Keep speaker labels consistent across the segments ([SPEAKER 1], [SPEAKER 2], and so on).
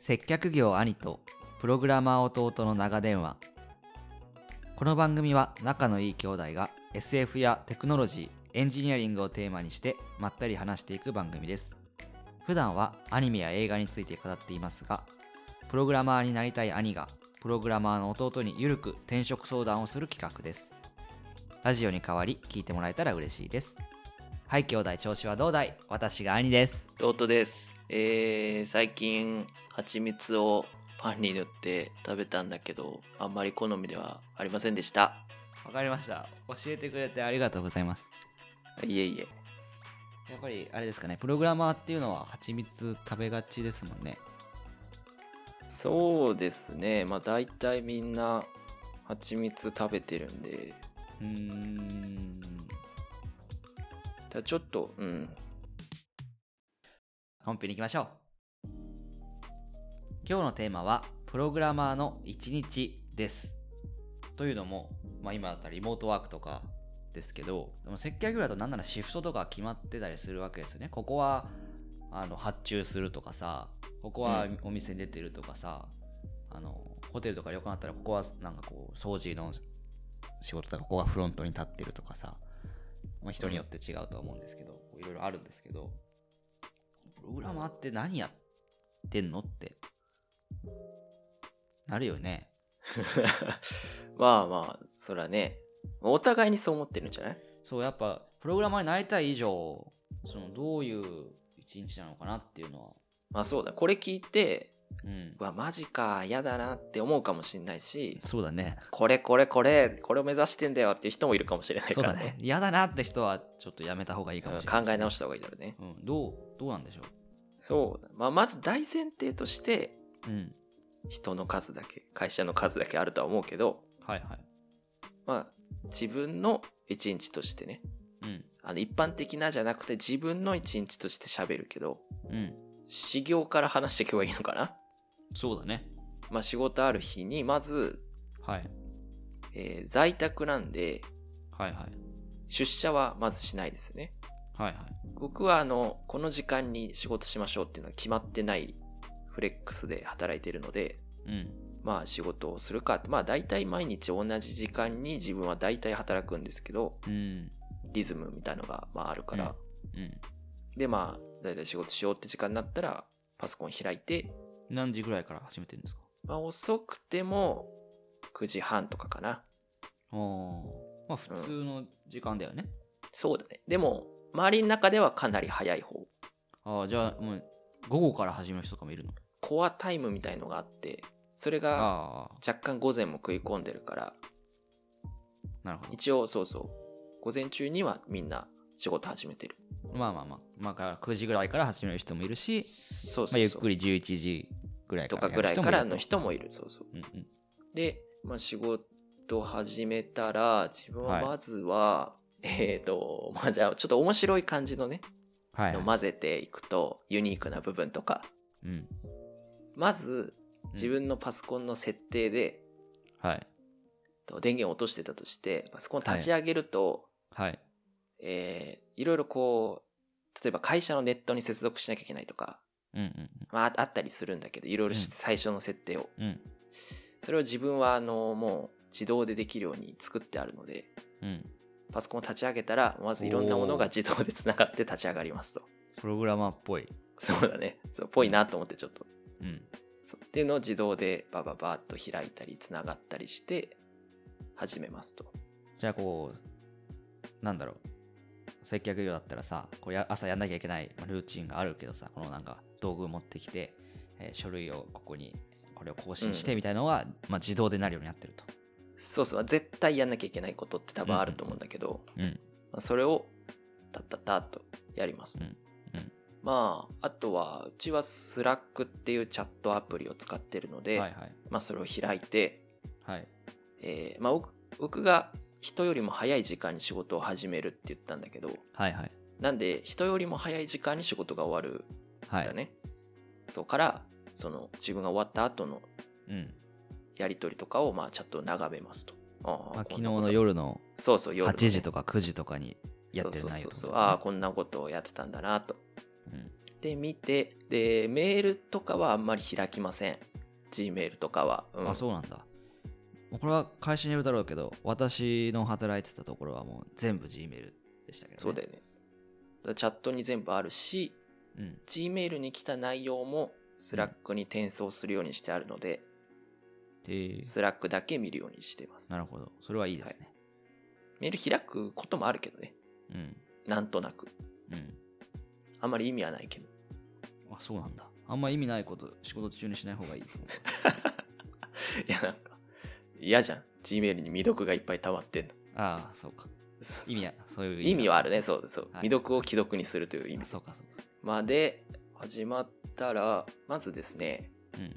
[SPEAKER 1] 接客業兄とプログラマー弟の長電話この番組は仲のいい兄弟が SF やテクノロジーエンジニアリングをテーマにしてまったり話していく番組です普段はアニメや映画について語っていますがプログラマーになりたい兄がプログラマーの弟にゆるく転職相談をする企画ですラジオに代わり聞いてもらえたら嬉しいですはい兄弟調子はどうだい私が兄です
[SPEAKER 2] 弟です。えー、最近、蜂蜜をパンに塗って食べたんだけど、あんまり好みではありませんでした。
[SPEAKER 1] わかりました教えてくれてありがとうございます
[SPEAKER 2] いえいえ。
[SPEAKER 1] やっぱりあれですかねプログラマーっていうのは蜂蜜食べがちですもんね
[SPEAKER 2] そうですね。まあ大体みんな蜂蜜食べてるんで、
[SPEAKER 1] うーん
[SPEAKER 2] ただちょっと、うん。
[SPEAKER 1] 本編に行きましょう今日のテーマはプログラマーの一日ですというのも、まあ、今だったらリモートワークとかですけどでも接客業だとなんならシフトとか決まってたりするわけですよねここはあの発注するとかさここは
[SPEAKER 2] うん
[SPEAKER 1] お店に出てるとかさ、あのホテルとか旅館だったらここはなんかこう掃除の仕事とかここはフロントに立ってるとかさ、まあ、人によって違うとは思うんですけどこういろいろあるんですけどプログラマーって何やってんのってなるよね
[SPEAKER 2] まあまあ、そらね、お互いにそう思ってるんじゃない
[SPEAKER 1] そうやっぱプログラマーになりたい以上そのどういう一日なのかなっていうのは
[SPEAKER 2] まあそうだ。これ聞いて、
[SPEAKER 1] うん
[SPEAKER 2] うわ、マジか、嫌だなって思うかもしんないし、
[SPEAKER 1] そうだ ね
[SPEAKER 2] これこれこれ、これを目指してんだよっていう人もいるかもしれない
[SPEAKER 1] そ
[SPEAKER 2] か
[SPEAKER 1] う
[SPEAKER 2] ら
[SPEAKER 1] だね嫌だなって人はちょっとやめた方がいいかもしれない、
[SPEAKER 2] うん考え直した方がいいだろうね。
[SPEAKER 1] うんどうどうなんでしょ
[SPEAKER 2] そうだ、まあ、まず大前提として
[SPEAKER 1] ううん
[SPEAKER 2] 人の数だけ会社の数だけあるとは思うけど、
[SPEAKER 1] はいはい
[SPEAKER 2] まあ、自分の一日としてね
[SPEAKER 1] うん
[SPEAKER 2] あの一般的なじゃなくて自分の一日として喋るけど
[SPEAKER 1] うん
[SPEAKER 2] 始業から話していけばいいのかな、
[SPEAKER 1] そうだね
[SPEAKER 2] まあ、仕事ある日にまず、
[SPEAKER 1] はい
[SPEAKER 2] えー在宅なんで
[SPEAKER 1] はいはい
[SPEAKER 2] 出社はまずしないですね
[SPEAKER 1] はいはい
[SPEAKER 2] 僕はあのこの時間に仕事しましょうっていうのは決まってないフレックスで働いてるので
[SPEAKER 1] うん
[SPEAKER 2] まあ仕事をするかって、まあ大体毎日同じ時間に自分は大体働くんですけど、
[SPEAKER 1] うん
[SPEAKER 2] リズムみたいのがまああるから、
[SPEAKER 1] うん
[SPEAKER 2] でまあ大体仕事しようって時間になったらパソコン開いて、
[SPEAKER 1] 何時ぐらいから始めてるんですか
[SPEAKER 2] まあ遅くても9時半とかかな。
[SPEAKER 1] あーまあ普通の時間だよね、
[SPEAKER 2] そうだね。でも周りの中ではかなり早い方。
[SPEAKER 1] ああじゃあもう午後から始める人とかもいるの
[SPEAKER 2] コアタイムみたいのがあって、それが
[SPEAKER 1] ああ
[SPEAKER 2] 若干午前も食い込んでるから、
[SPEAKER 1] なるほ
[SPEAKER 2] 一応そうそう、午前中にはみんな仕事始めてる。
[SPEAKER 1] どまあまあまあまあから9時ぐらいから始める人もいるし、
[SPEAKER 2] そうそうそう。
[SPEAKER 1] まあ、ゆっくり11時ぐらいか
[SPEAKER 2] と
[SPEAKER 1] ら
[SPEAKER 2] か
[SPEAKER 1] やる
[SPEAKER 2] ぐらい
[SPEAKER 1] 人も
[SPEAKER 2] から
[SPEAKER 1] る
[SPEAKER 2] の人もいる。そうそう。
[SPEAKER 1] うんうん
[SPEAKER 2] で、まあ、仕事始めたら自分はまずは、えっ、とまあじゃあちょっと面白い感じのね、
[SPEAKER 1] はい
[SPEAKER 2] の
[SPEAKER 1] はい、
[SPEAKER 2] 混ぜていくとユニークな部分とか
[SPEAKER 1] うん、
[SPEAKER 2] まず自分のパソコンの設定で、
[SPEAKER 1] はい
[SPEAKER 2] と電源を落としてたとしてパソコン立ち上げると、
[SPEAKER 1] はい
[SPEAKER 2] いえーいろいろこう例えば会社のネットに接続しなきゃいけないとか、
[SPEAKER 1] うんうん
[SPEAKER 2] まあ、あったりするんだけどいろいろし
[SPEAKER 1] うん
[SPEAKER 2] 最初の設定を、
[SPEAKER 1] うん
[SPEAKER 2] それを自分はあのもう自動でできるように作ってあるので
[SPEAKER 1] うんうん
[SPEAKER 2] パソコンを立ち上げたらまずいろんなものが
[SPEAKER 1] おー
[SPEAKER 2] 自動でつながって立ち上がりますと
[SPEAKER 1] プログラマーっぽい
[SPEAKER 2] そうだねそうぽいなと思ってちょっと
[SPEAKER 1] うん
[SPEAKER 2] そうっていうのを自動でバババーっと開いたりつながったりして始めますと
[SPEAKER 1] じゃあこうなんだろう接客業だったらさこうや朝やんなきゃいけないまあルーチンがあるけどさこのなんか道具持ってきて、えー書類をここにこれを更新してみたいのは、まあ、自動でなるようになってると
[SPEAKER 2] そうそう絶対やんなきゃいけないことって多分あると思うんだけど、
[SPEAKER 1] うん
[SPEAKER 2] まあそれをタッタッタッとやります、
[SPEAKER 1] うんうん
[SPEAKER 2] まああとはうちはスラックっていうチャットアプリを使ってるので、
[SPEAKER 1] はいはい
[SPEAKER 2] まあ、それを開いて
[SPEAKER 1] はい
[SPEAKER 2] えーまあ、僕僕が人よりも早い時間に仕事を始めるって言ったんだけど
[SPEAKER 1] はいはい
[SPEAKER 2] なんで人よりも早い時間に仕事が終わる
[SPEAKER 1] は
[SPEAKER 2] んだ
[SPEAKER 1] い、
[SPEAKER 2] ね、そうからその自分が終わった後の
[SPEAKER 1] うん
[SPEAKER 2] やり取りとかをまあチャットを眺めますとああ
[SPEAKER 1] まあ、昨
[SPEAKER 2] こ
[SPEAKER 1] 日
[SPEAKER 2] んなこと
[SPEAKER 1] の夜の
[SPEAKER 2] そうそう夜のね
[SPEAKER 1] 8時とか9時とかにやってる内容
[SPEAKER 2] そう
[SPEAKER 1] と
[SPEAKER 2] そうそう
[SPEAKER 1] か
[SPEAKER 2] そうああこんなことをやってたんだなと
[SPEAKER 1] うん
[SPEAKER 2] で見てでメールとかはあんまり開きません G メールとかは、うん
[SPEAKER 1] あ、そうなんだ。もうこれは会社によるだろうけど、私の働いてたところはもう全部 Gmail でしたけど、ね。
[SPEAKER 2] そうだよねだからチャットに全部あるし
[SPEAKER 1] うん。
[SPEAKER 2] G メールに来た内容もスラックに転送するようにしてあるので、
[SPEAKER 1] で、
[SPEAKER 2] スラックだけ見るようにしてます
[SPEAKER 1] なるほど。それはいいですね。
[SPEAKER 2] メール開くこともあるけどねなんとなく
[SPEAKER 1] うん。うん。
[SPEAKER 2] あんまり意味はないけど
[SPEAKER 1] あ、そうなんだ。あんま意味ないこと、仕事中にしない方がいいと 思う。
[SPEAKER 2] いやなんか嫌じゃん G メールに未読がいっぱい溜まってんの
[SPEAKER 1] ああ、そうか。
[SPEAKER 2] そうそう
[SPEAKER 1] 意味は、そういう
[SPEAKER 2] 意味はあるね
[SPEAKER 1] う。
[SPEAKER 2] そうそう、
[SPEAKER 1] はい
[SPEAKER 2] 未読を既読にするという意
[SPEAKER 1] あ
[SPEAKER 2] 味
[SPEAKER 1] そうか、そうか。
[SPEAKER 2] まで始まったらまずですね
[SPEAKER 1] うん。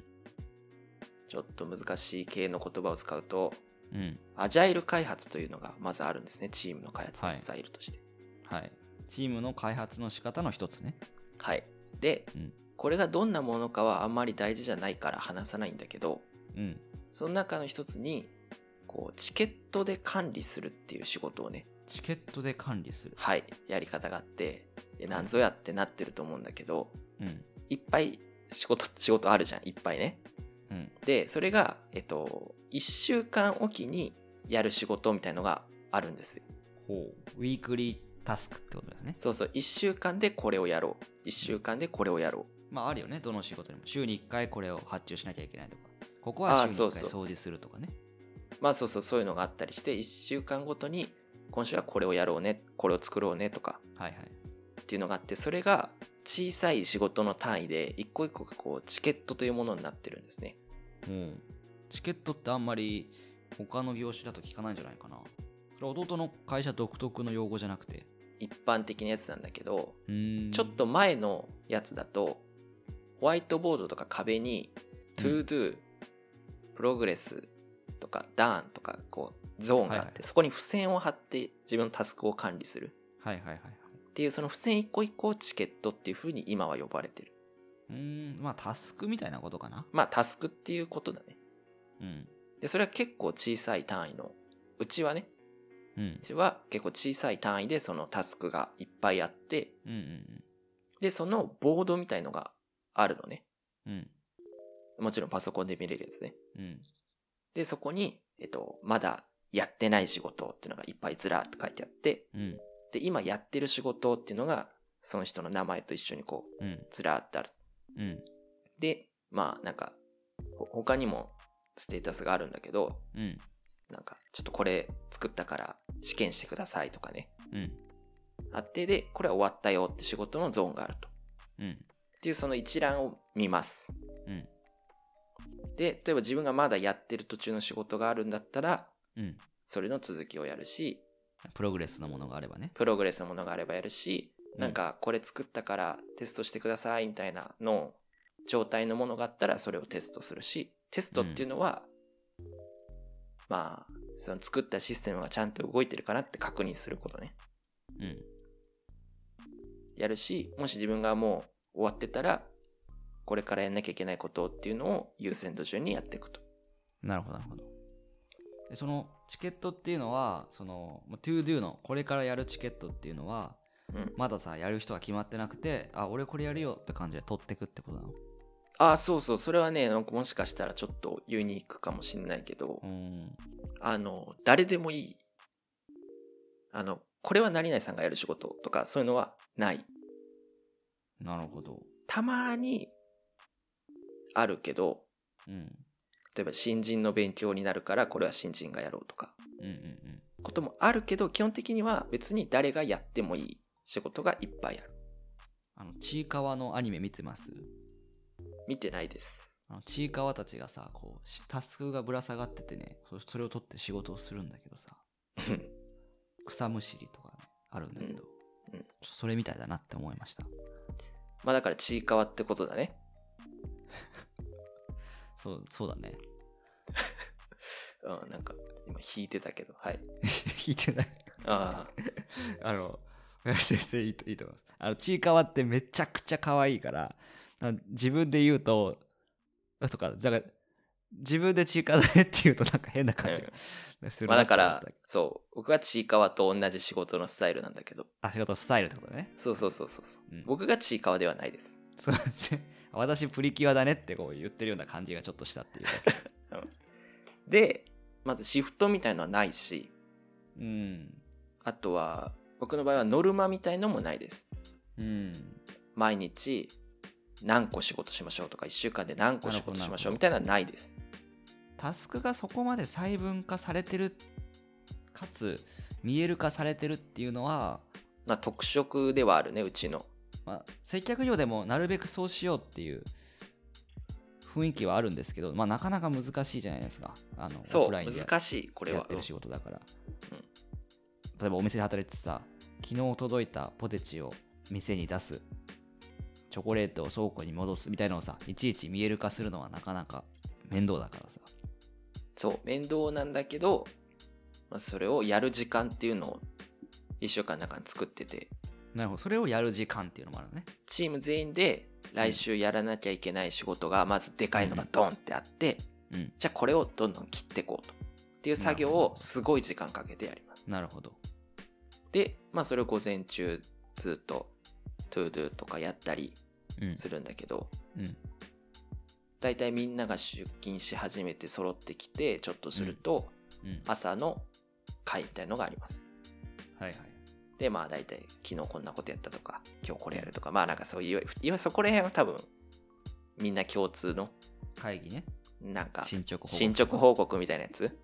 [SPEAKER 2] ちょっと難しい系の言葉を使うと
[SPEAKER 1] うん。
[SPEAKER 2] アジャイル開発というのがまずあるんですねチームの開発の
[SPEAKER 1] はい
[SPEAKER 2] スタイルとして
[SPEAKER 1] はい。チームの開発の仕方の一つね。
[SPEAKER 2] はい、で
[SPEAKER 1] うん。
[SPEAKER 2] これがどんなものかはあんまり大事じゃないから話さないんだけど
[SPEAKER 1] うん。
[SPEAKER 2] その中の一つにこうチケットで管理するっていう仕事をね
[SPEAKER 1] チケットで管理する。
[SPEAKER 2] はいやり方があってえなんぞやってなってると思うんだけど
[SPEAKER 1] うん。
[SPEAKER 2] いっぱい仕事仕事あるじゃんいっぱいね
[SPEAKER 1] うん。
[SPEAKER 2] でそれがえっと1週間おきにやる仕事みたいのがあるんですよ
[SPEAKER 1] ほう。ウィークリータスクってことですね。
[SPEAKER 2] そうそう1週間でこれをやろう1週間でこれをやろ
[SPEAKER 1] まああるよね、どの仕事にも。週に1回これを発注しなきゃいけないとか。ここは
[SPEAKER 2] あー
[SPEAKER 1] 週に
[SPEAKER 2] そう
[SPEAKER 1] 1回
[SPEAKER 2] そ
[SPEAKER 1] 掃除するとかね。
[SPEAKER 2] うまあそうそうそういうのがあったりして1週間ごとに今週はこれをやろうねこれを作ろうねとか
[SPEAKER 1] はいはい。
[SPEAKER 2] っていうのがあってそれが小さい仕事の単位で一個一個がこうチケットというものになってるんですね
[SPEAKER 1] もう、チケットってあんまり他の業種だと聞かないんじゃないかな。それ弟の会社独特の用語じゃなくて。
[SPEAKER 2] 一般的なやつなんだけど
[SPEAKER 1] うーん
[SPEAKER 2] ちょっと前のやつだとホワイトボードとか壁に
[SPEAKER 1] う
[SPEAKER 2] 「
[SPEAKER 1] ん
[SPEAKER 2] to do」「プログレス」とか「done」とかこうゾーンがあって、
[SPEAKER 1] はいはい
[SPEAKER 2] そこに付箋を貼って自分のタスクを管理する
[SPEAKER 1] はいはいはいはい。
[SPEAKER 2] っていうその付箋一個一個をチケットっていうふうに今は呼ばれてる
[SPEAKER 1] うーん、まあタスクみたいなことかな。
[SPEAKER 2] まあタスクっていうことだね
[SPEAKER 1] うん。
[SPEAKER 2] でそれは結構小さい単位のうちはね
[SPEAKER 1] うん
[SPEAKER 2] う。ちは結構小さい単位でそのタスクがいっぱいあって
[SPEAKER 1] うんうん
[SPEAKER 2] でそのボードみたいのがあるのね
[SPEAKER 1] うん。うん。
[SPEAKER 2] もちろんパソコンで見れるやつね
[SPEAKER 1] うん。
[SPEAKER 2] で、そこに、えっと、まだやってない仕事っていうのがいっぱいずらーっと書いてあって、
[SPEAKER 1] うん。
[SPEAKER 2] で、今やってる仕事っていうのが、その人の名前と一緒にこう、
[SPEAKER 1] うん。
[SPEAKER 2] ずらーっとある。
[SPEAKER 1] うん。
[SPEAKER 2] で、まあ、なんか、ほ他にもステータスがあるんだけど、
[SPEAKER 1] うん。
[SPEAKER 2] なんか、ちょっとこれ作ったから試験してくださいとかね。
[SPEAKER 1] うん。
[SPEAKER 2] あって、で、これは終わったよって仕事のゾーンがあると。っ
[SPEAKER 1] うん。
[SPEAKER 2] ていうその一覧を見ます。
[SPEAKER 1] うん。
[SPEAKER 2] で、例えば自分がまだやってる途中の仕事があるんだったら、
[SPEAKER 1] うん。
[SPEAKER 2] それの続きをやるし、
[SPEAKER 1] プログレスのものがあればね。
[SPEAKER 2] プログレスのものがあればやるし、
[SPEAKER 1] うん
[SPEAKER 2] なんかこれ作ったからテストしてくださいみたいなのを状態のものがあったらそれをテストするし、テストっていうのは、まあ、その作ったシステムがちゃんと動いてるかなって確認することね。
[SPEAKER 1] うん。
[SPEAKER 2] やるし、もし自分がもう終わってたら、これからやんなきゃいけないことっていうのを優先度順にやっていくと。
[SPEAKER 1] なるほど、なるほど。でそのチケットっていうのは、その、まあ to do のこれからやるチケットっていうのは、
[SPEAKER 2] うん。
[SPEAKER 1] まださ、やる人は決まってなくて、あ、俺これやるよって感じで取ってくってことなの。
[SPEAKER 2] ああ、そうそう、それはね、なんかもしかしたらちょっとユニークかもしんないけど、
[SPEAKER 1] うーん。
[SPEAKER 2] あの、誰でもいい。あの、これは何々さんがやる仕事とか、そういうのはない。
[SPEAKER 1] なるほど。
[SPEAKER 2] たまに、あるけど、
[SPEAKER 1] うん。
[SPEAKER 2] 例えば新人の勉強になるから、これは新人がやろうとか、
[SPEAKER 1] うんうん
[SPEAKER 2] こともあるけど、基本的には別に誰がやってもいい仕事がいっぱいある。
[SPEAKER 1] うん。あの、ちいかわのアニメ見てます
[SPEAKER 2] 見てないです。
[SPEAKER 1] あのちいかわたちがさ、こう、しタスクがぶら下がっててね、そそれを取って仕事をするんだけどさ、草むしりとかね、あるんだけど、
[SPEAKER 2] うんうん
[SPEAKER 1] そそれみたいだなって思いました。
[SPEAKER 2] まあだから、ちいかわってことだね。
[SPEAKER 1] そう、そうだね。
[SPEAKER 2] うん、なんか、今引いてたけど、はい。
[SPEAKER 1] 聞いてない。
[SPEAKER 2] ああ、
[SPEAKER 1] あの、林先生いいといいと思います。あの、ちいかわってめちゃくちゃ可愛いから、あの自分で言うと、あとか、だから、自分でちいかわえっていうとなんか変な 感じがする
[SPEAKER 2] ま
[SPEAKER 1] な
[SPEAKER 2] あだ
[SPEAKER 1] って
[SPEAKER 2] か
[SPEAKER 1] 思った
[SPEAKER 2] ら、そう、僕はちいかわと同じ仕事のスタイルなんだけど、
[SPEAKER 1] あ仕事スタイルってことね。
[SPEAKER 2] そうそうそうそうそう。
[SPEAKER 1] うん
[SPEAKER 2] 僕がちいかわではないです。
[SPEAKER 1] そう ですね。私プリキュアだねってこう言ってるような感じがちょっとしたっていうだけ。
[SPEAKER 2] で、まずシフトみたいのはないし、
[SPEAKER 1] うん。
[SPEAKER 2] あとは、僕の場合はノルマみたいのもないです。
[SPEAKER 1] うん。
[SPEAKER 2] 毎日、何個仕事しましょうとか、1週間で何個仕事しましょ
[SPEAKER 1] なるほど
[SPEAKER 2] うみたいなのはないです。
[SPEAKER 1] タスクがそこまで細分化されてる、かつ見える化されてるっていうのは、
[SPEAKER 2] まあ特色ではあるね、うちの。
[SPEAKER 1] まあ、接客業でもなるべくそうしようっていう雰囲気はあるんですけど、まあ、なかなか難しいじゃないですか。あのオ
[SPEAKER 2] そ
[SPEAKER 1] フ
[SPEAKER 2] う、
[SPEAKER 1] ラインで
[SPEAKER 2] 難しい、これ
[SPEAKER 1] や
[SPEAKER 2] は
[SPEAKER 1] っ。てる仕事だから、
[SPEAKER 2] うん
[SPEAKER 1] 例えばお店で働いててさ昨日届いたポテチを店に出すチョコレートを倉庫に戻すみたいなのをさいちいち見える化するのはなかなか面倒だからさ
[SPEAKER 2] そう、面倒なんだけど、まあ、それをやる時間っていうのを1週間の中に作ってて、
[SPEAKER 1] なるほどそれをやる時間っていうのもあるのね
[SPEAKER 2] チーム全員で来週やらなきゃいけない仕事がまずでかいのがドンってあって、
[SPEAKER 1] うん
[SPEAKER 2] じゃあこれをどんどん切っていこうと。っていう作業をすごい時間かけてやります。
[SPEAKER 1] なるほど
[SPEAKER 2] で、まあそれを午前中ずっとトゥードゥとかやったり
[SPEAKER 1] うん
[SPEAKER 2] するんだけど、
[SPEAKER 1] うん
[SPEAKER 2] だいたいみんなが出勤し始めて揃ってきて、ちょっとすると
[SPEAKER 1] うん
[SPEAKER 2] 朝の会みたいのがあります。
[SPEAKER 1] はいはい
[SPEAKER 2] で、まあ大体昨日こんなことやったとか、今日これやるとか、まあなんかそういう、いわそこら辺は多分みんな共通の
[SPEAKER 1] 会議ね
[SPEAKER 2] なんか
[SPEAKER 1] 進捗報告
[SPEAKER 2] 進捗報告みたいなやつ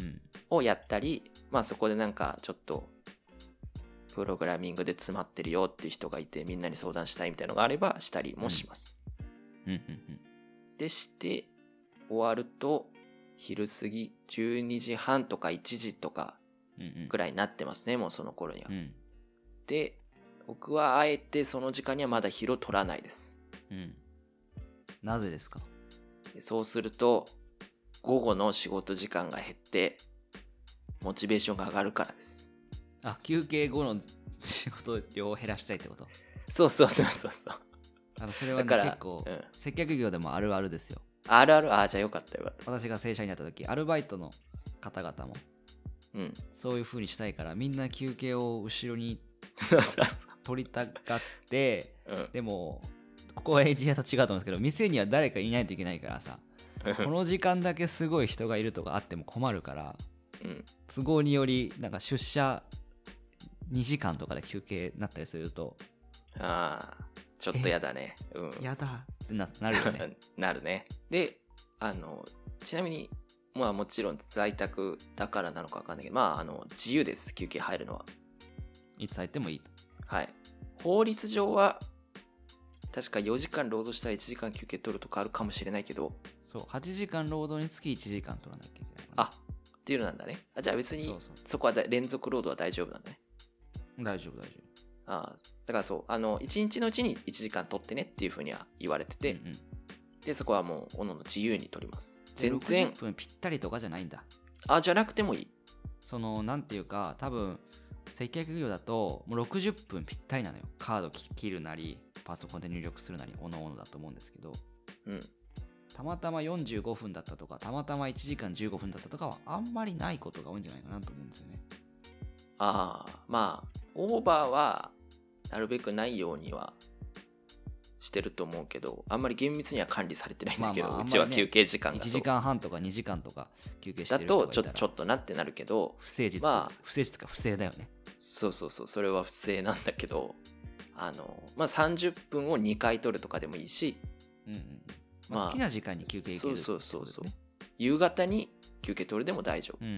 [SPEAKER 1] うん
[SPEAKER 2] をやったり、まあそこでなんかちょっとプログラミングで詰まってるよっていう人がいてみんなに相談したいみたいなのがあればしたりもします。
[SPEAKER 1] うんうん
[SPEAKER 2] でして終わると昼過ぎ12時半とか1時とか
[SPEAKER 1] うんうんうん
[SPEAKER 2] ぐらいになってますね、もうその頃には。
[SPEAKER 1] うん
[SPEAKER 2] で、僕はあえてその時間にはまだ昼を取らないです。
[SPEAKER 1] うんなぜですか
[SPEAKER 2] でそうすると午後の仕事時間が減ってモチベーションが上がるからです。
[SPEAKER 1] あ休憩後の仕事量を減らしたいってこと
[SPEAKER 2] そうそうそうそうそう。
[SPEAKER 1] あのそれは、ね、
[SPEAKER 2] だから
[SPEAKER 1] 結構、
[SPEAKER 2] うん
[SPEAKER 1] 接客業でもあるあるですよ
[SPEAKER 2] あるある、ああ、じゃあよかったよかった。
[SPEAKER 1] 私が正社員だった時アルバイトの方々も
[SPEAKER 2] うん。
[SPEAKER 1] そういう風にしたいからみんな休憩を後ろに
[SPEAKER 2] そうそう
[SPEAKER 1] 取りたがって
[SPEAKER 2] そう。うん。
[SPEAKER 1] でもここはエンジニアと違うと思うんですけど店には誰かいないといけないからさこの時間だけすごい人がいるとかあっても困るから
[SPEAKER 2] うん、
[SPEAKER 1] 都合によりなんか出社2時間とかで休憩になったりすると
[SPEAKER 2] ああ、ちょっとやだね。うん。
[SPEAKER 1] やだってななるよ ね
[SPEAKER 2] なるね。で、あの、ちなみに、まあもちろん在宅だからなのかわかんないけど、まあ、あの、自由です、休憩入るのは。
[SPEAKER 1] いつ入ってもいいと
[SPEAKER 2] はい。法律上は、確か4時間労働したら1時間休憩取るとかあるかもしれないけど、
[SPEAKER 1] そう8時間労働につき1時間取らなきゃいけないから
[SPEAKER 2] あっていうのなんだね。あじゃあ別
[SPEAKER 1] そ
[SPEAKER 2] に
[SPEAKER 1] うそう
[SPEAKER 2] そこはだ連続労働は大丈夫なんだね。
[SPEAKER 1] 大丈夫大丈夫
[SPEAKER 2] あーだからそう、あの、1日のうちに1時間取ってねっていうふうには言われてて、
[SPEAKER 1] うんうん
[SPEAKER 2] で、そこはもう、おのおの自由に取ります。全
[SPEAKER 1] 60
[SPEAKER 2] 然、
[SPEAKER 1] 分ぴったりとかじゃないんだ
[SPEAKER 2] あ、じゃなくてもいい。
[SPEAKER 1] そのなんていうか多分接客業だともう60分ぴったりなのよカードき切るなりパソコンで入力するなりおのおのだと思うんですけど
[SPEAKER 2] うん。
[SPEAKER 1] たまたま45分だったとかたまたま1時間15分だったとかはあんまりないことが多いんじゃないかなと思うんですよね
[SPEAKER 2] ああ、まあ、オーバーは、なるべくないようには、してると思うけど、あんまり厳密には管理されてないんだけど、
[SPEAKER 1] まあまああんまりね
[SPEAKER 2] うちは休憩時間
[SPEAKER 1] 1
[SPEAKER 2] が
[SPEAKER 1] 時間半とか2時間とか休憩し
[SPEAKER 2] そう
[SPEAKER 1] て
[SPEAKER 2] だ
[SPEAKER 1] る人がい
[SPEAKER 2] と
[SPEAKER 1] たら
[SPEAKER 2] ちょ、ちょっとなってなるけど、
[SPEAKER 1] 不誠実、
[SPEAKER 2] まあ
[SPEAKER 1] 不誠実か不正だよね
[SPEAKER 2] そうそうそう、それは不正なんだけど、あの、まあ、30分を2回取るとかでもいいし、
[SPEAKER 1] うんうんうんまあ
[SPEAKER 2] まあ
[SPEAKER 1] 好きな時間に休憩いけるってことです
[SPEAKER 2] そうそうそうそう
[SPEAKER 1] ね
[SPEAKER 2] 夕方に休憩取るでも大丈夫っ
[SPEAKER 1] うん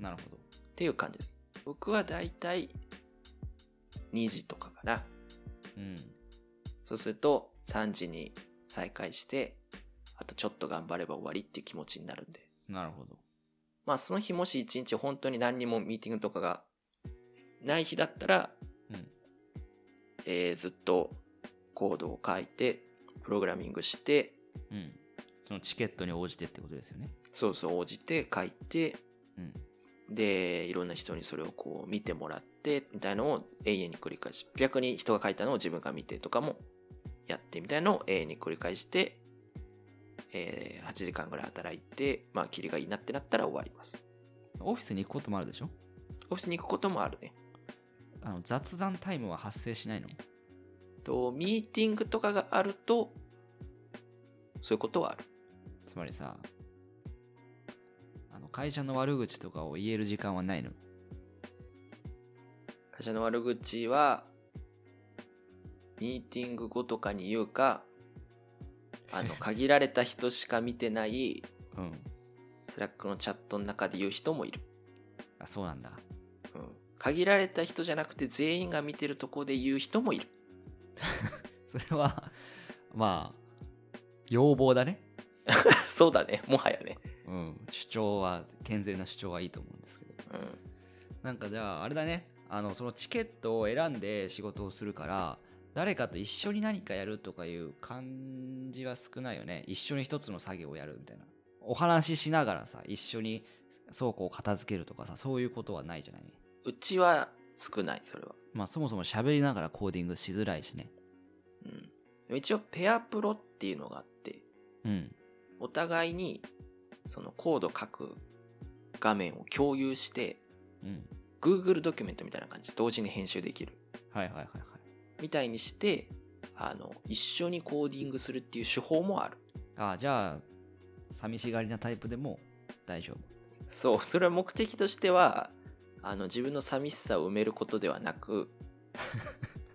[SPEAKER 1] なるほど
[SPEAKER 2] ていう感じです。僕はだいたい2時とかかな。
[SPEAKER 1] うん
[SPEAKER 2] そうすると3時に再開して、あとちょっと頑張れば終わりっていう気持ちになるんで。
[SPEAKER 1] なるほど
[SPEAKER 2] まあその日もし1日本当に何にもミーティングとかがない日だったら、
[SPEAKER 1] うん
[SPEAKER 2] えーずっとコードを書いて、プログラミングして、
[SPEAKER 1] うん、そのチケットに応じてってことですよね。
[SPEAKER 2] そうそう応じて書いて、
[SPEAKER 1] うん、
[SPEAKER 2] で、いろんな人にそれをこう見てもらって、みたいのを永遠に繰り返し、逆に人が書いたのを自分が見てとかもやってみたいのを永遠に繰り返して、えー8時間ぐらい働いて、まあ、キリがいいなってなったら終わります。
[SPEAKER 1] オフィスに行くこともあるでしょ
[SPEAKER 2] オフィスに行くこともあるね。
[SPEAKER 1] あの雑談タイムは発生しないの
[SPEAKER 2] と、ミーティングとかがあると、そういうことはある。
[SPEAKER 1] つまりさあの会社の悪口とかを言える時間はないの
[SPEAKER 2] 会社の悪口は、ミーティング後とかに言うか、あの、限られた人しか見てない、
[SPEAKER 1] うん
[SPEAKER 2] スラックのチャットの中で言う人もいる。
[SPEAKER 1] あそうなんだ
[SPEAKER 2] うん。限られた人じゃなくて全員が見てるとこで言う人もいる。
[SPEAKER 1] それは まあ要望だね
[SPEAKER 2] そうだね、もはやね。
[SPEAKER 1] うん主張は健全な主張はいいと思うんですけど
[SPEAKER 2] うん。
[SPEAKER 1] なんかじゃああれだねあのそのチケットを選んで仕事をするから誰かと一緒に何かやるとかいう感じは少ないよね一緒に一つの作業をやるみたいなお話ししながらさ一緒に倉庫を片付けるとかさそういうことはないじゃないう
[SPEAKER 2] ちは少ない、それは。
[SPEAKER 1] まあそもそも喋りながらコーディングしづらいしね
[SPEAKER 2] うん。でも一応、ペアプロっていうのがあって、
[SPEAKER 1] うん
[SPEAKER 2] お互いに、そのコード書く画面を共有して、
[SPEAKER 1] うん
[SPEAKER 2] Google ドキュメントみたいな感じで同時に編集できる。
[SPEAKER 1] はいはいはいはい
[SPEAKER 2] みたいにして、あの、一緒にコーディングするっていう手法もある。
[SPEAKER 1] あじゃあ寂しがりなタイプでも大丈夫
[SPEAKER 2] そう、それは目的としては、あの、自分の寂しさを埋めることではな く、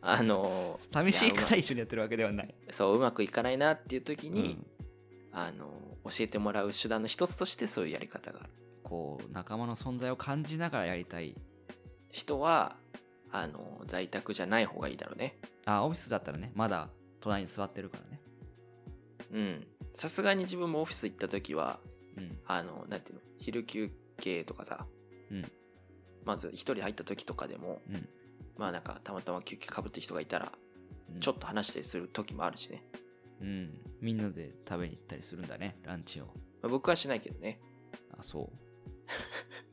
[SPEAKER 2] あの、
[SPEAKER 1] 寂しい
[SPEAKER 2] やうま
[SPEAKER 1] から一緒にやってるわけではない
[SPEAKER 2] そう、うまくいかないなっていう時
[SPEAKER 1] う
[SPEAKER 2] に、
[SPEAKER 1] ん、
[SPEAKER 2] あの、教えてもらう手段の一つとしてそういうやり方がある。
[SPEAKER 1] こう仲間の存在を感じながらやりたい
[SPEAKER 2] 人は、あの、在宅じゃない方がいいだろうね。
[SPEAKER 1] あオフィスだったらねまだ隣に座ってるからね
[SPEAKER 2] うん。さすがに自分もオフィス行った時は、
[SPEAKER 1] うん
[SPEAKER 2] あの、なんていうの、昼休憩とかさ、
[SPEAKER 1] うん
[SPEAKER 2] まず一人入った時とかでも、
[SPEAKER 1] うん
[SPEAKER 2] まあなんかたまたま休憩かぶってる人がいたら、
[SPEAKER 1] うん
[SPEAKER 2] ちょっと話したりする時もあるしね。
[SPEAKER 1] うんみんなで食べに行ったりするんだねランチを
[SPEAKER 2] まあ、僕はしないけどね。
[SPEAKER 1] あそ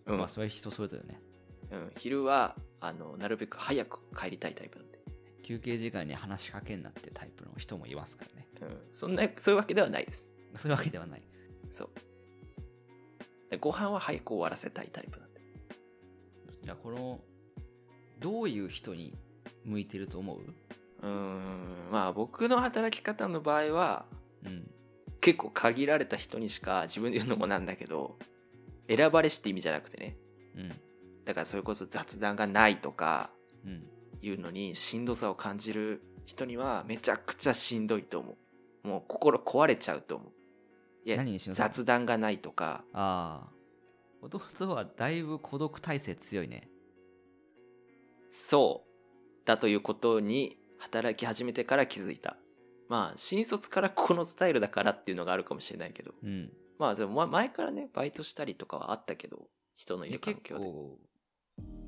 [SPEAKER 1] うう、
[SPEAKER 2] ん。
[SPEAKER 1] まあそれは人それぞれね
[SPEAKER 2] うん、昼は、あの、なるべく早く帰りたいタイプなんで。
[SPEAKER 1] 休憩時間に話しかけんなってタイプの人もいますからね
[SPEAKER 2] うん。そんな、そういうわけではないです。
[SPEAKER 1] そういうわけではない
[SPEAKER 2] そう。でご飯は早く終わらせたいタイプなんで。
[SPEAKER 1] じゃあこのどういう人に向いてると思う
[SPEAKER 2] うーん。まあ僕の働き方の場合は、
[SPEAKER 1] うん
[SPEAKER 2] 結構限られた人にしか自分で言うのもなんだけど、選ばれしって意味じゃなくてね。
[SPEAKER 1] うん
[SPEAKER 2] だからそれこそ雑談がないとか
[SPEAKER 1] うん
[SPEAKER 2] いうのにしんどさを感じる人にはめちゃくちゃしんどいと思う。もう心壊れちゃうと思う。いや
[SPEAKER 1] 何、にしなさい
[SPEAKER 2] 雑談がないとか、
[SPEAKER 1] ああ弟はだいぶ孤独体性強いね
[SPEAKER 2] そうだということに働き始めてから気づいた。まあ、新卒からこのスタイルだからっていうのがあるかもしれないけど。
[SPEAKER 1] うん
[SPEAKER 2] まあでもま前からね、バイトしたりとかはあったけど、人のい
[SPEAKER 1] いや
[SPEAKER 2] る環
[SPEAKER 1] 結
[SPEAKER 2] 境で。
[SPEAKER 1] 構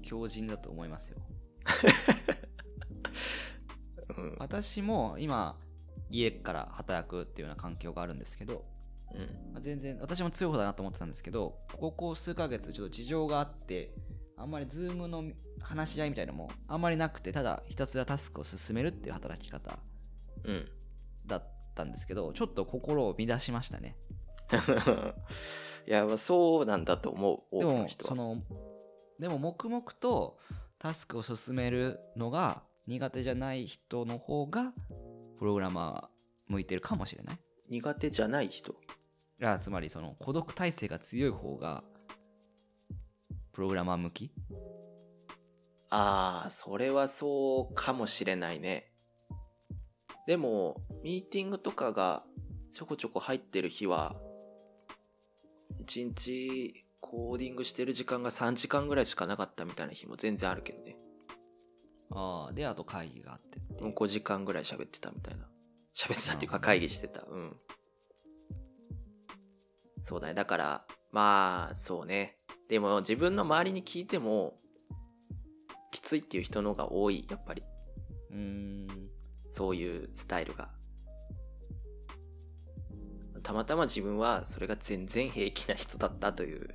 [SPEAKER 1] 強靭だと思いますよ
[SPEAKER 2] うん
[SPEAKER 1] 私も今家から働くっていうような環境があるんですけど
[SPEAKER 2] うん
[SPEAKER 1] まあ全然私も強い方だなと思ってたんですけどここ数ヶ月ちょっと事情があってあんまりズームの話し合いみたいなのもあんまりなくてただひたすらタスクを進めるっていう働き方
[SPEAKER 2] うん。
[SPEAKER 1] だったんですけどちょっと心を乱しましたね
[SPEAKER 2] いや、まあそうなんだと思う、多
[SPEAKER 1] で
[SPEAKER 2] く
[SPEAKER 1] も
[SPEAKER 2] の人
[SPEAKER 1] そ
[SPEAKER 2] は。
[SPEAKER 1] のでも黙々とタスクを進めるのが苦手じゃない人の方がプログラマーは向いてるかもしれない
[SPEAKER 2] 苦手じゃない人。
[SPEAKER 1] いやつまりその孤独体性が強い方がプログラマー向き
[SPEAKER 2] ああ、それはそうかもしれないね。でも、ミーティングとかがちょこちょこ入ってる日は、1日コーディングしてる時間が3時間ぐらいしかなかったみたいな日も全然あるけどね。
[SPEAKER 1] ああであと会議があってってい
[SPEAKER 2] もう
[SPEAKER 1] う
[SPEAKER 2] 5時間ぐらい喋ってたみたいな。喋ってたっていう
[SPEAKER 1] なるほど
[SPEAKER 2] か
[SPEAKER 1] ね
[SPEAKER 2] 会議してた。うん。そうだね。だから、まあ、そうね。でも自分の周りに聞いても、きついっていう人の方が多い、やっぱり。
[SPEAKER 1] うーん
[SPEAKER 2] そういうスタイルが。たまたま自分はそれが全然平気な人だったという。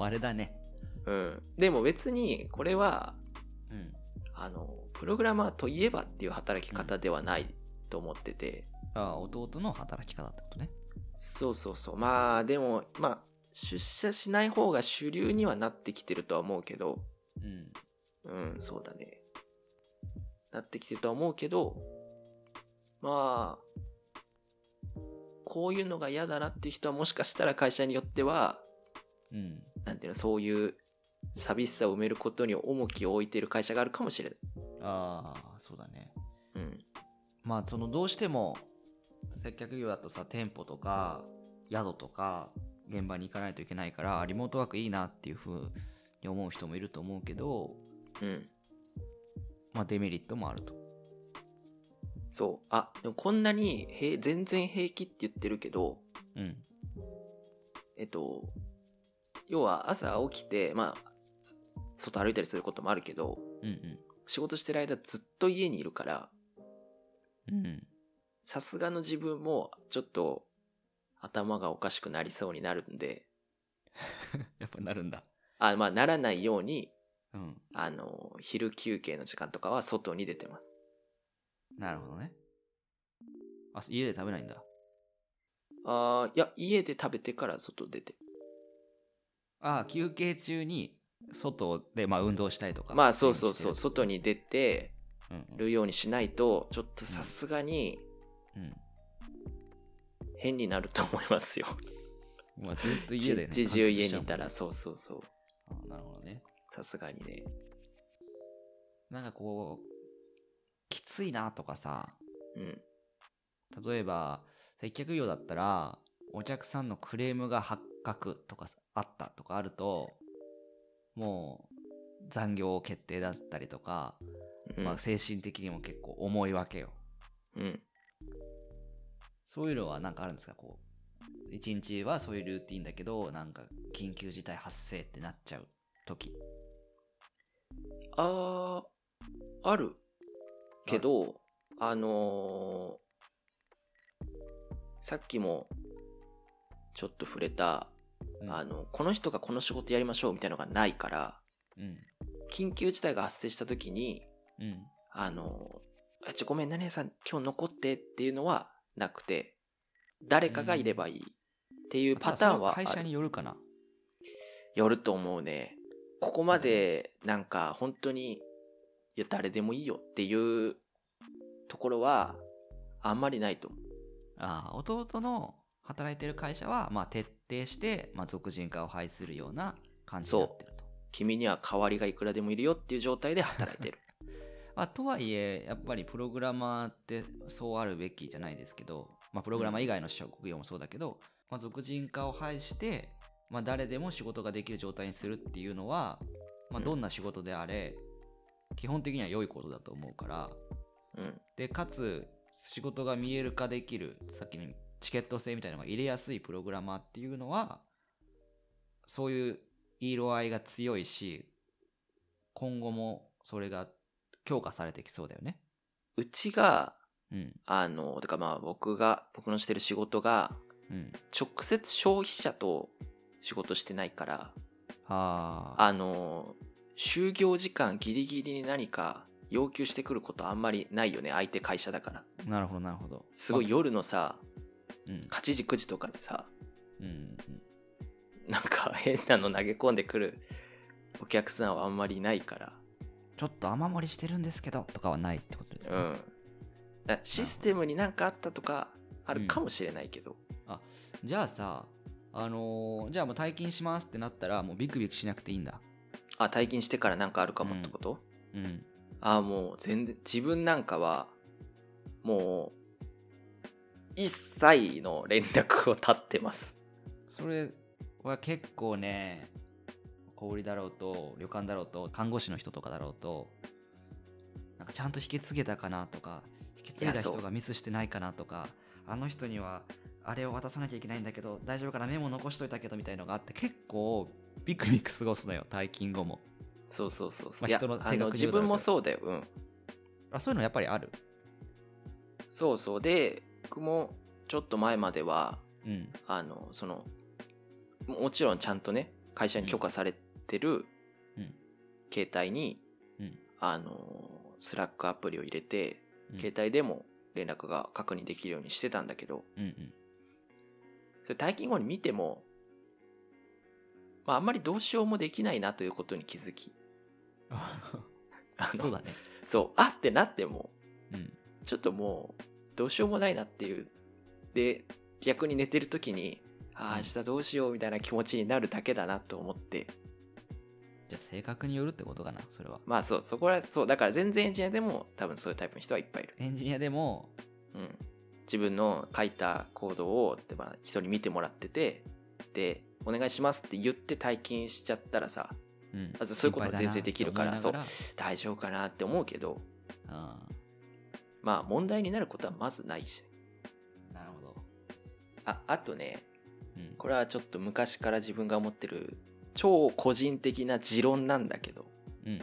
[SPEAKER 1] あれだね
[SPEAKER 2] うん。でも別にこれは、
[SPEAKER 1] うん
[SPEAKER 2] あの、プログラマーといえばっていう働き方ではないと思ってて、
[SPEAKER 1] あ弟の働き方ってことね。
[SPEAKER 2] そうそうそう。まあ、でも、まあ、出社しない方が主流にはなってきてるとは思うけど、
[SPEAKER 1] うん。
[SPEAKER 2] うん、そうだね。なってきてるとは思うけど、まあ、こういうのが嫌だなっていう人はもしかしたら会社によっては、
[SPEAKER 1] うん。
[SPEAKER 2] なんていうの、そういう寂しさを埋めることに重きを置いている会社があるかもしれない。
[SPEAKER 1] ああ、そうだね。
[SPEAKER 2] うん。
[SPEAKER 1] まあ、そのどうしても接客業だとさ、店舗とか宿とか現場に行かないといけないから、リモートワークいいなっていうふうに思う人もいると思うけど、
[SPEAKER 2] うん。
[SPEAKER 1] まあ、デメリットもあると。
[SPEAKER 2] そう。あ、でもこんなにへい全然平気って言ってるけど、
[SPEAKER 1] うん。
[SPEAKER 2] えっと、要は朝起きて、まあ、そ外歩いたりすることもあるけど、
[SPEAKER 1] うん
[SPEAKER 2] 仕事してる間ずっと家にいるから、
[SPEAKER 1] うん。うん。
[SPEAKER 2] さすがの自分もちょっと頭がおかしくなりそうになるんで、
[SPEAKER 1] やっぱなるんだ。
[SPEAKER 2] あまあ、ならないように、
[SPEAKER 1] うん。
[SPEAKER 2] あの、昼休憩の時間とかは外に出てます。
[SPEAKER 1] なるほどね。あ、家で食べないんだ。
[SPEAKER 2] ああ、いや、家で食べてから外出て。
[SPEAKER 1] ああ、休憩中に外で、まあ、運動したりとか。
[SPEAKER 2] まあ、そうそうそう、
[SPEAKER 1] して
[SPEAKER 2] 外に出て
[SPEAKER 1] るうん
[SPEAKER 2] るようにしないと、ちょっとさすがに
[SPEAKER 1] うん。うん
[SPEAKER 2] 変になると思いますよ。
[SPEAKER 1] まあ、ずっと家
[SPEAKER 2] 一
[SPEAKER 1] でね。
[SPEAKER 2] 日中家にいたら、
[SPEAKER 1] 完
[SPEAKER 2] そうそうそう。
[SPEAKER 1] 結しちゃうもんねああなるほどね。
[SPEAKER 2] さすがにね。
[SPEAKER 1] なんかこう、きついなとかさ、
[SPEAKER 2] うん。
[SPEAKER 1] 例えば、接客業だったら、お客さんのクレームが発覚とかさあったとかあると、もう残業決定だったりとか、
[SPEAKER 2] うん。
[SPEAKER 1] まあ、精神的にも結構重いわけよ。
[SPEAKER 2] うん
[SPEAKER 1] そういうのはなんかあるんですかこう、一日はそういうルーティンだけど、なんか緊急事態発生ってなっちゃう時。
[SPEAKER 2] あー、あるけど、あのーさっきもちょっと触れた、
[SPEAKER 1] うん
[SPEAKER 2] あ、の、この人がこの仕事やりましょうみたいなのがないから、
[SPEAKER 1] うん。
[SPEAKER 2] 緊急事態が発生した時に、
[SPEAKER 1] うん。
[SPEAKER 2] あのーあちょ、ごめん、何々さん、今日残ってっていうのはなくて、誰かがいればいいっていうパターンはあ
[SPEAKER 1] 会社
[SPEAKER 2] る。
[SPEAKER 1] によるかな。
[SPEAKER 2] よると思うね。ここまでなんか本当に、いや誰でもいいよっていうところはあんまりないと思う。
[SPEAKER 1] ああ、弟の働いてる会社は、まあ、徹底して、まあ、俗人化を排するような感じになってると。
[SPEAKER 2] 君には代わりがいくらでもいるよっていう状態で働いてる。
[SPEAKER 1] まあ、とはいえ、やっぱりプログラマーってそうあるべきじゃないですけど、まあ、プログラマー以外の職業もそうだけど、まあ、俗人化を排して、まあ、誰でも仕事ができる状態にするっていうのは、まあ、
[SPEAKER 2] うん
[SPEAKER 1] どんな仕事であれ、基本的には良いことだと思うから、
[SPEAKER 2] うん。
[SPEAKER 1] で、かつ、仕事が見える化できる、さっきにチケット制みたいなのが入れやすいプログラマーっていうのは、そういう色合いが強いし、今後もそれが強化されてきそうだよね。
[SPEAKER 2] うちが、
[SPEAKER 1] うん。
[SPEAKER 2] あの、てかまあ僕が、僕のしてる仕事が、
[SPEAKER 1] うん。
[SPEAKER 2] 直接消費者と仕事してないから、
[SPEAKER 1] ああ。
[SPEAKER 2] あの、就業時間ギリギリに何か要求してくることあんまりないよね。相手会社だから。
[SPEAKER 1] なるほど、なるほど。
[SPEAKER 2] すごい
[SPEAKER 1] よ。
[SPEAKER 2] 夜のさ、
[SPEAKER 1] うん。
[SPEAKER 2] 8時9時とかでさ
[SPEAKER 1] うん。
[SPEAKER 2] なんか変なの投げ込んでくるお客さんはあんまりいないから
[SPEAKER 1] ちょっと雨漏りしてるんですけど、とかはないってことですよね。
[SPEAKER 2] うんだシステムになんかあったとかあるかもしれないけど、
[SPEAKER 1] じゃあさ、あのーじゃあもう退勤しますってなったら、もうビクビクしなくていいんだ。
[SPEAKER 2] あ退勤してからなんかあるかもってこと、
[SPEAKER 1] うん。
[SPEAKER 2] あもう全然自分なんかはもう一切の連絡を絶ってます
[SPEAKER 1] それは結構ね、小売りだろうと、旅館だろうと、看護師の人とかだろうと、なんかちゃんと引き継げたかなとか、引き継い
[SPEAKER 2] い
[SPEAKER 1] だ
[SPEAKER 2] やそう
[SPEAKER 1] 人がミスしてないかなとか、あの人にはあれを渡さなきゃいけないんだけど、大丈夫かなメモ残しといたけどみたいのがあって、結構ビクビク過ごすのよ、退勤後も。
[SPEAKER 2] そうそうそうそう、
[SPEAKER 1] まあ
[SPEAKER 2] いや
[SPEAKER 1] 人の性
[SPEAKER 2] あの
[SPEAKER 1] 格にも
[SPEAKER 2] 自
[SPEAKER 1] よるけど
[SPEAKER 2] 分もそうだようん
[SPEAKER 1] あそういうのやっぱりある。
[SPEAKER 2] そうそうで僕もちょっと前までは
[SPEAKER 1] うん。
[SPEAKER 2] あのそのももちろんちゃんとね会社に許可されてる
[SPEAKER 1] うん
[SPEAKER 2] 携帯に、
[SPEAKER 1] うん
[SPEAKER 2] あのスラックアプリを入れて、
[SPEAKER 1] うん
[SPEAKER 2] 携帯でも連絡が確認できるようにしてたんだけど、
[SPEAKER 1] うんうん
[SPEAKER 2] それ退勤後に見ても、まあ、あんまりどうしようもできないなということに気づき、あの
[SPEAKER 1] そうだね
[SPEAKER 2] そう、あってなっても、
[SPEAKER 1] うん
[SPEAKER 2] ちょっともう、どうしようもないなっていう。で、逆に寝てる時に、ああ、明日どうしようみたいな気持ちになるだけだなと思って、
[SPEAKER 1] じゃあ性格によるってことかなそれは
[SPEAKER 2] まあそう、そこは、そう、だから全然エンジニアでも多分そういうタイプの人はいっぱいいる。
[SPEAKER 1] エンジニアでも
[SPEAKER 2] うん。自分の書いた行動を、でまあ、人に見てもらってて、で、お願いしますって言って退勤しちゃったらさ、
[SPEAKER 1] うん
[SPEAKER 2] あとそういうことも全然できるから
[SPEAKER 1] 心配だなと
[SPEAKER 2] 大丈夫かなって思うけど、
[SPEAKER 1] 思いながら
[SPEAKER 2] まあ問題になることはまずないし。
[SPEAKER 1] うんなるほど
[SPEAKER 2] あ、あとね、
[SPEAKER 1] うん
[SPEAKER 2] これはちょっと昔から自分が思ってる超個人的な持論なんだけど、
[SPEAKER 1] うん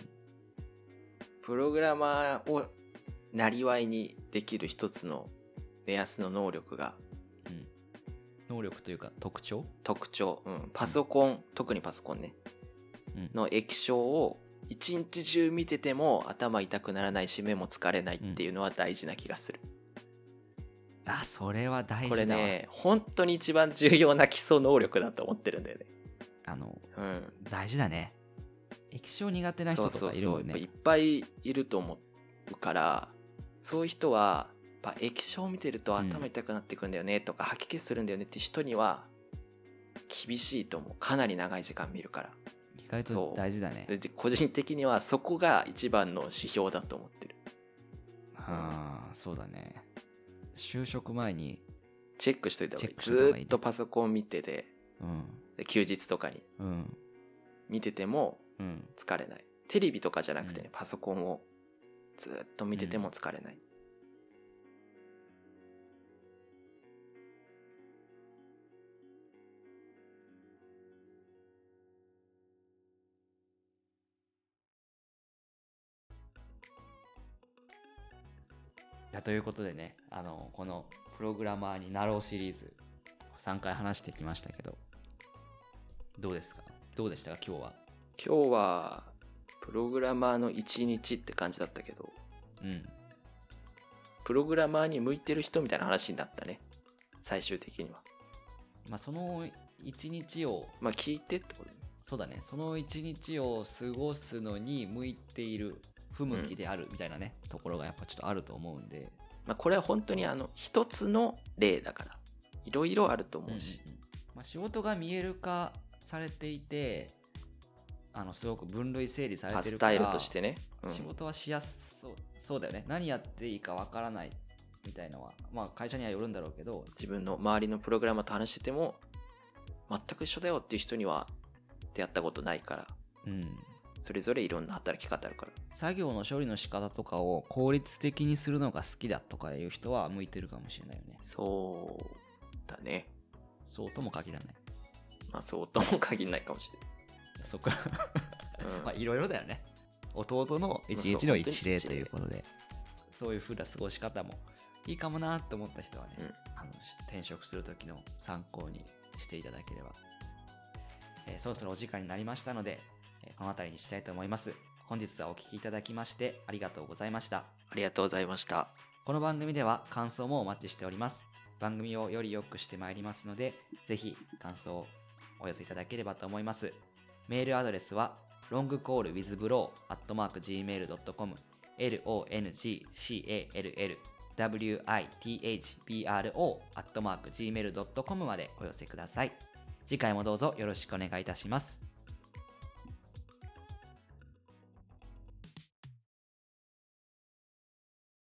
[SPEAKER 2] プログラマーをなりわいにできる一つの目安の能力が
[SPEAKER 1] うん能力というか特徴
[SPEAKER 2] 特徴、うん、パソコン、特にパソコンね、
[SPEAKER 1] うん
[SPEAKER 2] の液晶を一日中見てても頭痛くならないし目も疲れないっていうのは大事な気がする。
[SPEAKER 1] あそれは大事だわ
[SPEAKER 2] これね、本当に一番重要な基礎能力だと思ってるんだよね。
[SPEAKER 1] あの
[SPEAKER 2] うん。
[SPEAKER 1] 大事だね液晶苦手な人とかいるもんね
[SPEAKER 2] やっぱいっぱいいると思うからそういう人はやっぱ液晶を見てると
[SPEAKER 1] うん
[SPEAKER 2] 頭痛くなってくるんだよねとか、吐き気するんだよねって人には厳しいと思うかなり長い時間見るから
[SPEAKER 1] 意外と大事だね
[SPEAKER 2] で個人的にはそこが一番の指標だと思ってる
[SPEAKER 1] ああそうだね就職前に
[SPEAKER 2] チェックしといた方
[SPEAKER 1] チ
[SPEAKER 2] がい
[SPEAKER 1] ェ
[SPEAKER 2] い
[SPEAKER 1] ックし
[SPEAKER 2] ず
[SPEAKER 1] といた方がいい
[SPEAKER 2] ーっとパソコン見てて
[SPEAKER 1] うん
[SPEAKER 2] で休日とかに
[SPEAKER 1] うん
[SPEAKER 2] 見てても
[SPEAKER 1] うん
[SPEAKER 2] 疲れないテレビとかじゃなくて
[SPEAKER 1] う
[SPEAKER 2] ね、
[SPEAKER 1] ん
[SPEAKER 2] パソコンをずーっと見てても疲れない、
[SPEAKER 1] じゃあということでねあのこのプログラマーになろうシリーズ3回話してきましたけどどうですかどうでしたか今日は
[SPEAKER 2] 今日はプログラマーの一日って感じだったけど
[SPEAKER 1] うん
[SPEAKER 2] プログラマーに向いてる人みたいな話になったね最終的には
[SPEAKER 1] まあその一日を
[SPEAKER 2] まあ聞いてってことね
[SPEAKER 1] そうだねその一日を過ごすのに向いている不向きであるみたいなね、ところがやっぱちょっとあると思うんで
[SPEAKER 2] まあこれは本当にあの一つの例だからいろいろあると思うし、
[SPEAKER 1] うんうんうんまあ、仕事が見える化されていてあのすごく分類整理され
[SPEAKER 2] まあ
[SPEAKER 1] て
[SPEAKER 2] ス
[SPEAKER 1] るか
[SPEAKER 2] タ
[SPEAKER 1] ら
[SPEAKER 2] イルとしてね、うん
[SPEAKER 1] 仕事はしやすそうそうだよね何やっていいかわからないみたいのは、まあ、会社にはよるんだろうけど
[SPEAKER 2] 自分の周りのプログラマーと話してても全く一緒だよっていう人には出会ったことないから
[SPEAKER 1] うん、
[SPEAKER 2] それぞれいろんな働き方あるから
[SPEAKER 1] 作業の処理の仕方とかを効率的にするのが好きだとかいう人は向いてるかもしれないよね
[SPEAKER 2] そうだね
[SPEAKER 1] そうとも限らない
[SPEAKER 2] まあそうとも限らないかもし
[SPEAKER 1] そこか
[SPEAKER 2] れない、う
[SPEAKER 1] ら
[SPEAKER 2] ん
[SPEAKER 1] まあいろいろだよね弟の一日の一例ということでそういうふうな過ごし方もいいかもなと思った人はね、
[SPEAKER 2] うん
[SPEAKER 1] あの転職する時の参考にしていただければ、えーそろそろお時間になりましたので、えーこの辺りにしたいと思います本日はお聞きいただきましてありがとうございました
[SPEAKER 2] ありがとうございました
[SPEAKER 1] この番組では感想もお待ちしております番組をより良くしてまいりますのでぜひ感想をお寄せいただければと思いますメールアドレスは longcallwithbro.gmail.com longcallwithbro.gmail.com までお寄せください次回もどうぞよろしくお願いいたします